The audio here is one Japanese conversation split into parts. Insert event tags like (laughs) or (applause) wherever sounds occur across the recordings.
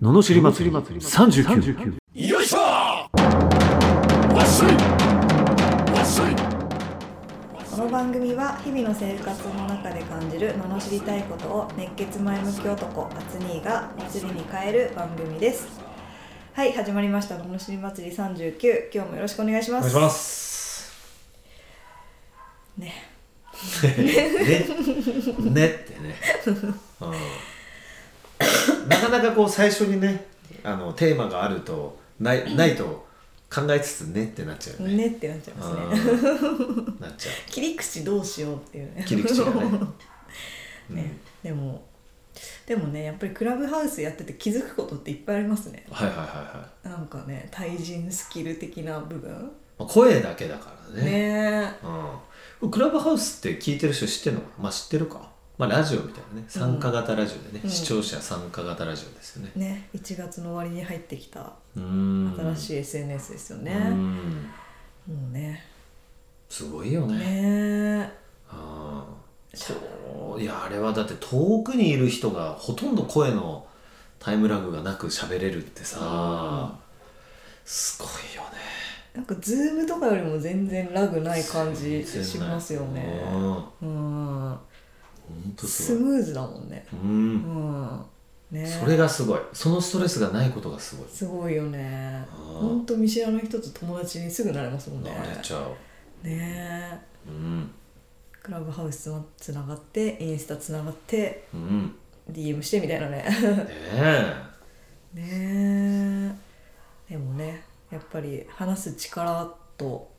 ののしり祭り39よいしょわっしょいわっしょいこの番組は日々の生活の中で感じる罵りたいことを熱血前向き男アツニーが祭りに変える番組ですはい始まりました罵り祭り39今日もよろしくお願いしおま願いすします。ね。ね。ねってね。うんなかなかこう最初にね、あのテーマがあるとないないと考えつつねってなっちゃうよね。ねってなっちゃいますねうんなっちゃ切り口どうしようっていうねう。切り口がね。うん (laughs) ねでもでもねやっぱりクラブハウスやってて気づくことっていっぱいありますねはいはいはいはい。なんかね対人スキル的な部分まあ声だけだからね。ねうん。クラブハウスって聞いてる人知ってるのかなまあ知ってるか。まあラジオみたいなね。参加型ラジオでね。うん視聴者参加型ラジオですよね。ね1月の終わりに入ってきたうん。新しい SNS ですよね、うんもうねすごいよね。ねあそうーいやあれはだって遠くにいる人がほとんど声のタイムラグがなく喋れるってさすごいよねなんかズームとかよりも全然ラグない感じしますよねうんほうんんとスすごいムーズだもんねううんんねそれがすごいそのストレスがないことがすごいすごいよねあーほんと見知らぬ人と友達にすぐなれますもんね慣れちゃうねうんクラブハウスつながってインスタつながってうん DM してみたいなね (laughs) ねえねえでもねやっぱり話す力と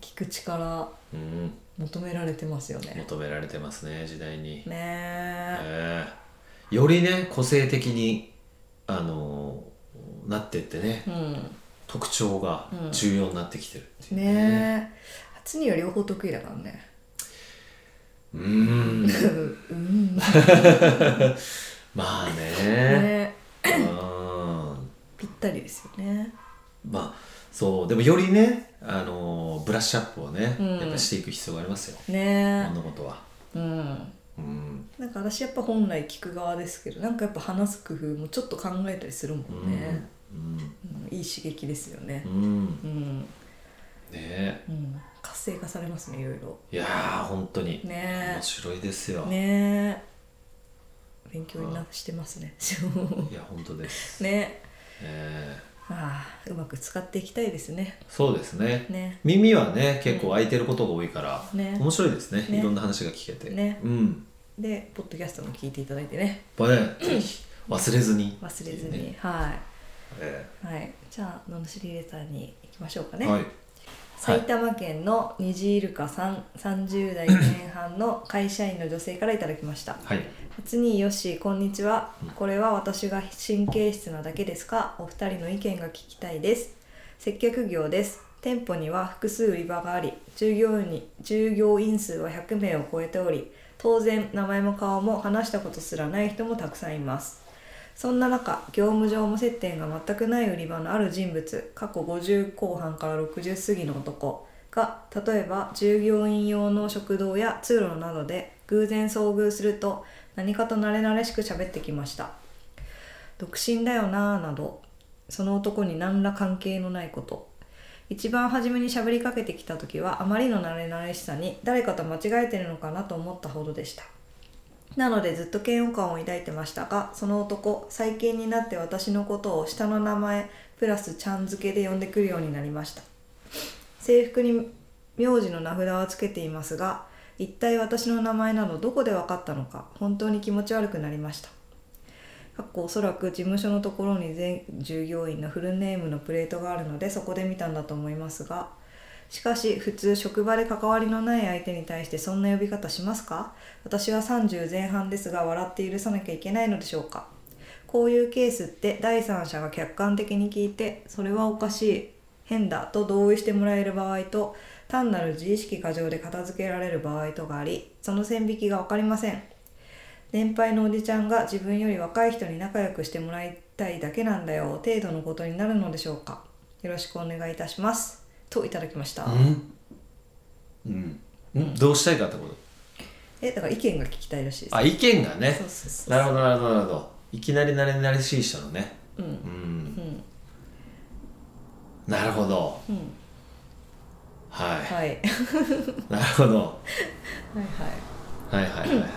聞く力うん求められてますよね求められてますね時代にねえええよりね個性的にあのーなってってねうん特徴がうん重要になってきてるっていうねえ初には両方得意だからねうーんうんね (laughs) まあねえうんぴったりですよねまあそうでもよりねあのブラッシュアップをね、うんやっぱしていく必要がありますよね物事はえうんうんなんか私やっぱ本来聞く側ですけどなんかやっぱ話す工夫もちょっと考えたりするもうんんね、うんうんいい刺激ですよねうんねうん、えうん、活性化されますねいろいろいやー本当に、ね面白いですよ、えねえ勉強になしてますね (laughs) そういや本当です、ねええああうまく使っていきたいですねそうですねね耳はね結構開いてることが多いから、ね面白いですねねいろんな話が聞けて、ねうんでポッドキャストも聞いていただいてねこれ (clears throat) ねぜひ忘れずに忘れずに、ねはえい、はい、じゃあ「ののしりレター」に行きましょうかえね、はい埼玉県のにじいるかさん30代前半の会社員の女性からいただきましたはい初によっしーこんにちはこれは私が神経質なだけですかお二人の意見が聞きたいです接客業です店舗には複数売り場があり従業員に従業員数は100名を超えており当然名前も顔も話したことすらない人もたくさんいますそんな中業務上も接点が全くない売り場のある人物過去50後半から60過ぎの男が例えば従業員用の食堂や通路などで偶然遭遇すると何かと慣れ慣れしく喋ってきました独身だよなぁなどその男に何ら関係のないこと一番初めに喋りかけてきた時はあまりの慣れ慣れしさに誰かと間違えてるのかなと思ったほどでしたなのでずっと嫌悪感を抱いてましたがその男最近になって私のことを下の名前プラスちゃん付けで呼んでくるようになりました制服に名字の名札はつけていますが一体私の名前などどこで分かったのか本当に気持ち悪くなりましたかっこおそらく事務所のところに全従業員のフルネームのプレートがあるのでそこで見たんだと思いますがしかし普通職場で関わりのない相手に対してそんな呼び方しますか私は30前半ですが笑って許さなきゃいけないのでしょうかこういうケースって第三者が客観的に聞いてそれはおかしい変だと同意してもらえる場合と単なる自意識過剰で片付けられる場合とがありその線引きが分かりません年配のおじちゃんが自分より若い人に仲良くしてもらいたいだけなんだよ程度のことになるのでしょうかよろしくお願いいたしますといただきましたうん、うん、どうしたいかってことえだから意見が聞きたいらしいですあ意見がねそうそうそなうるほどなるほどなるほどいきなり慣れ慣れしい人のねうんなるほどうん、ははいはいいなるほどはいはいはいはいはい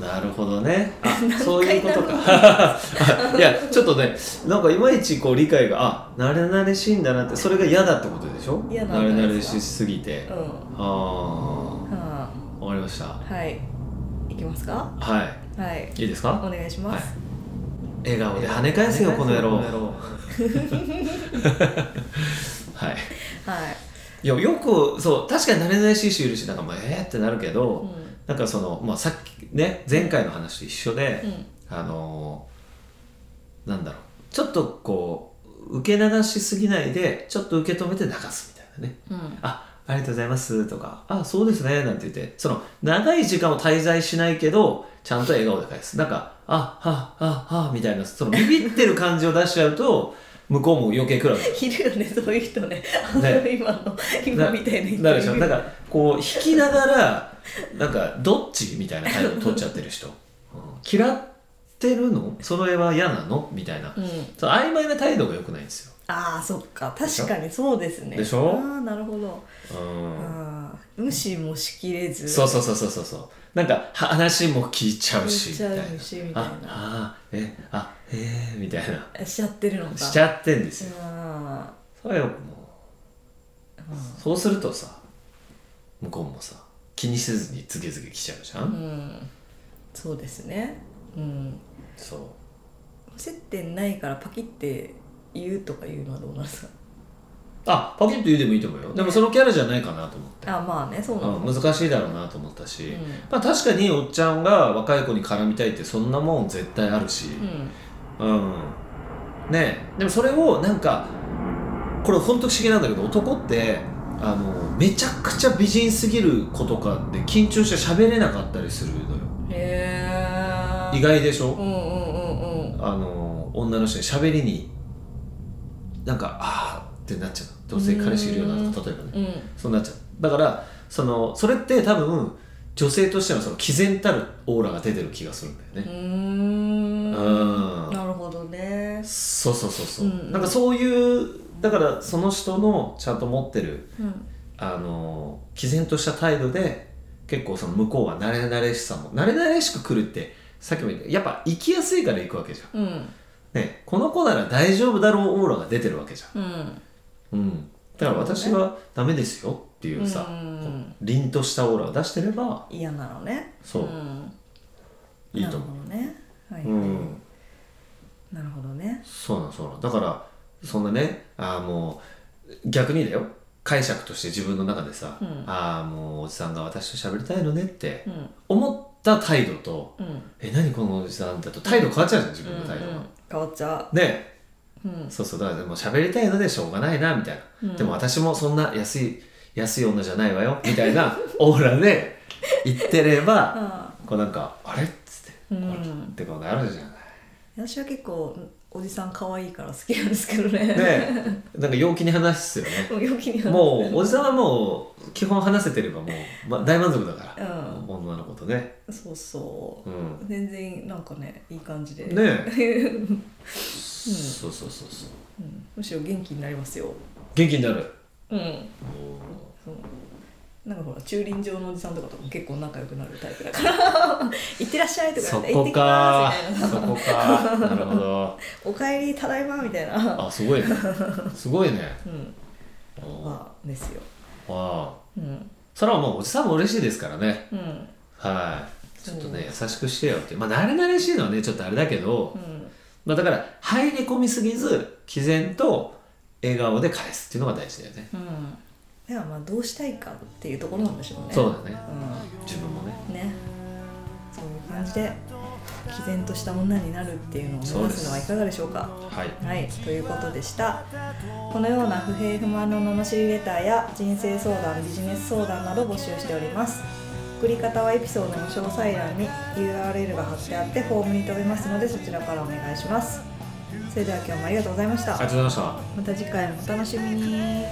なるほどね (laughs) あそういうことか (laughs) いやちょっとねなんかいまいちこう理解があ慣れ慣れしいんだなってそれが嫌だってことでしょ嫌なん慣れじゃない慣でれすしかすぎてうあんあはわかりましたあはいいきますかははいいいいですおか願いします、笑顔で跳ね返せよこの野郎はいはい、いやよくそう確かに慣れないしいしいるしなんかもうえーってなるけど、うんなんかその、まあ、さっきね前回の話と一緒で、うんあのーなんだろうちょっとこう受け流しすぎないでちょっと受け止めて流すみたいなねうん「あありがとうございます」とか「あそうですね」なんて言ってその長い時間を滞在しないけどちゃんと笑顔で返すなんか「あはあはあ」みたいなそのビビってる感じを出しちゃうと向こうも余計食らうじゃんいるよねそういう人ねあのね今の今 (laughs) みたいになるでしょなんかこう引きながらなんかどっちみたいな態度取っちゃってる人、うん嫌ってるのそれは嫌なのみたいな、うんその曖昧な態度が良くないんですよ、ああそっか確かにそうですねでしょああなるほどうんああ無視もしきれずそうそうそうそうそうそうなんかは話も聞いちゃうし聞いみたちゃいうなしみたいなああえあえー、みたいなしちゃってるのかしちゃってんですよあそれはよくもうそうするとさ向こうもさ気にせずにズゲズゲ来ちゃうじゃん、あうんそうですねうんそう接点ないからパキって言うとかいうのはどうなんですかあパキッと言うでもいいと思うよでもそのキャラじゃないかなと思って、あまあねそうなの、うん、難しいだろうなと思ったし、うんまあ、確かにおっちゃんが若い子に絡みたいってそんなもん絶対あるし、うんうんねえでもそれをなんかこれ本当不思議なんだけど男ってあのめちゃくちゃ美人すぎる子とかって緊張して喋れなかったりするのよへえ意外でしうょ、んうんうんうんあの女の人に喋りになんかああってなっちゃうどうせ彼氏いるような例えばね、うんそうなっちゃうだからそのそれって多分女性としてのその毅然たるオーラが出てる気がするんだようねんうんなるほどねそうそうそうそう、うんうんなんかそういうだからその人のちゃんと持ってるうんあの毅然とした態度で結構その向こうは慣れ慣れしさも慣れ慣れしく来るってさっきも言ったやっぱ行きやすいから行くわけじゃんうんねこの子なら大丈夫だろうオーラが出てるわけじゃんうんうん、だから私はダメですよっていうさ、うんこう凛としたオーラを出してれば嫌なのねそううんいいと思う。なるほどねはい、うん、なるほどねそうなのそうなのだからそんなねあーもう逆にだよ解釈として自分の中でさ、うんああもうおじさんが私と喋りたいのねってうん思った態度と、うんえ何このおじさんだと態度変わっちゃうじゃん自うん分の態度が。うん変わっちゃねううんそうそうだからでも喋りたいのでしょうがないなみたいな、うんでも私もそんな安い安い女じゃないわよみたいな (laughs) オーラで言ってればあこうなんかあれっつって、うんこうってことあるじゃない。私は結構おじさん可愛いから好きなんですけどねねえなんか陽気に話すよねもう陽気にはもうおじさんはもう基本話せてればもう、ま、大満足だから、う女の子とねそうそうう、んね全然なんかねいい感じで、え、そうそうそうそううん、むしろ元気になりますよ元気になるうんそうなんかほら駐輪場のおじさんとかとも結構仲良くなるタイプだから (laughs) 行ってらっしゃいとかそ言って行っこてきまかすみたいなそこかなるほどおかえりただいまみたいなあすごいねすごいねうんわまあですよあうんそれはもうおじさんも嬉しいですからねうんはいちょっとね優しくしてよってまあ慣れ慣れしいのはねちょっとあれだけど、うんまあ、だから入り込みすぎず毅然と笑顔で返すっていうのが大事だよねうんではまあどうしたいかっていうところなんでしょうねそうだねう自分もねんねそういう感じで毅然とした女になるっていうのを目指すのはいかがでしょうかはいはい、ということでしたこのような不平不満の罵りレターや人生相談ビジネス相談など募集しております送り方はエピソードの詳細欄に URL が貼ってあってフォームに飛べますのでそちらからお願いしますそれでは今日もありがとうございましありたがとうございましたまた次回もお楽しみに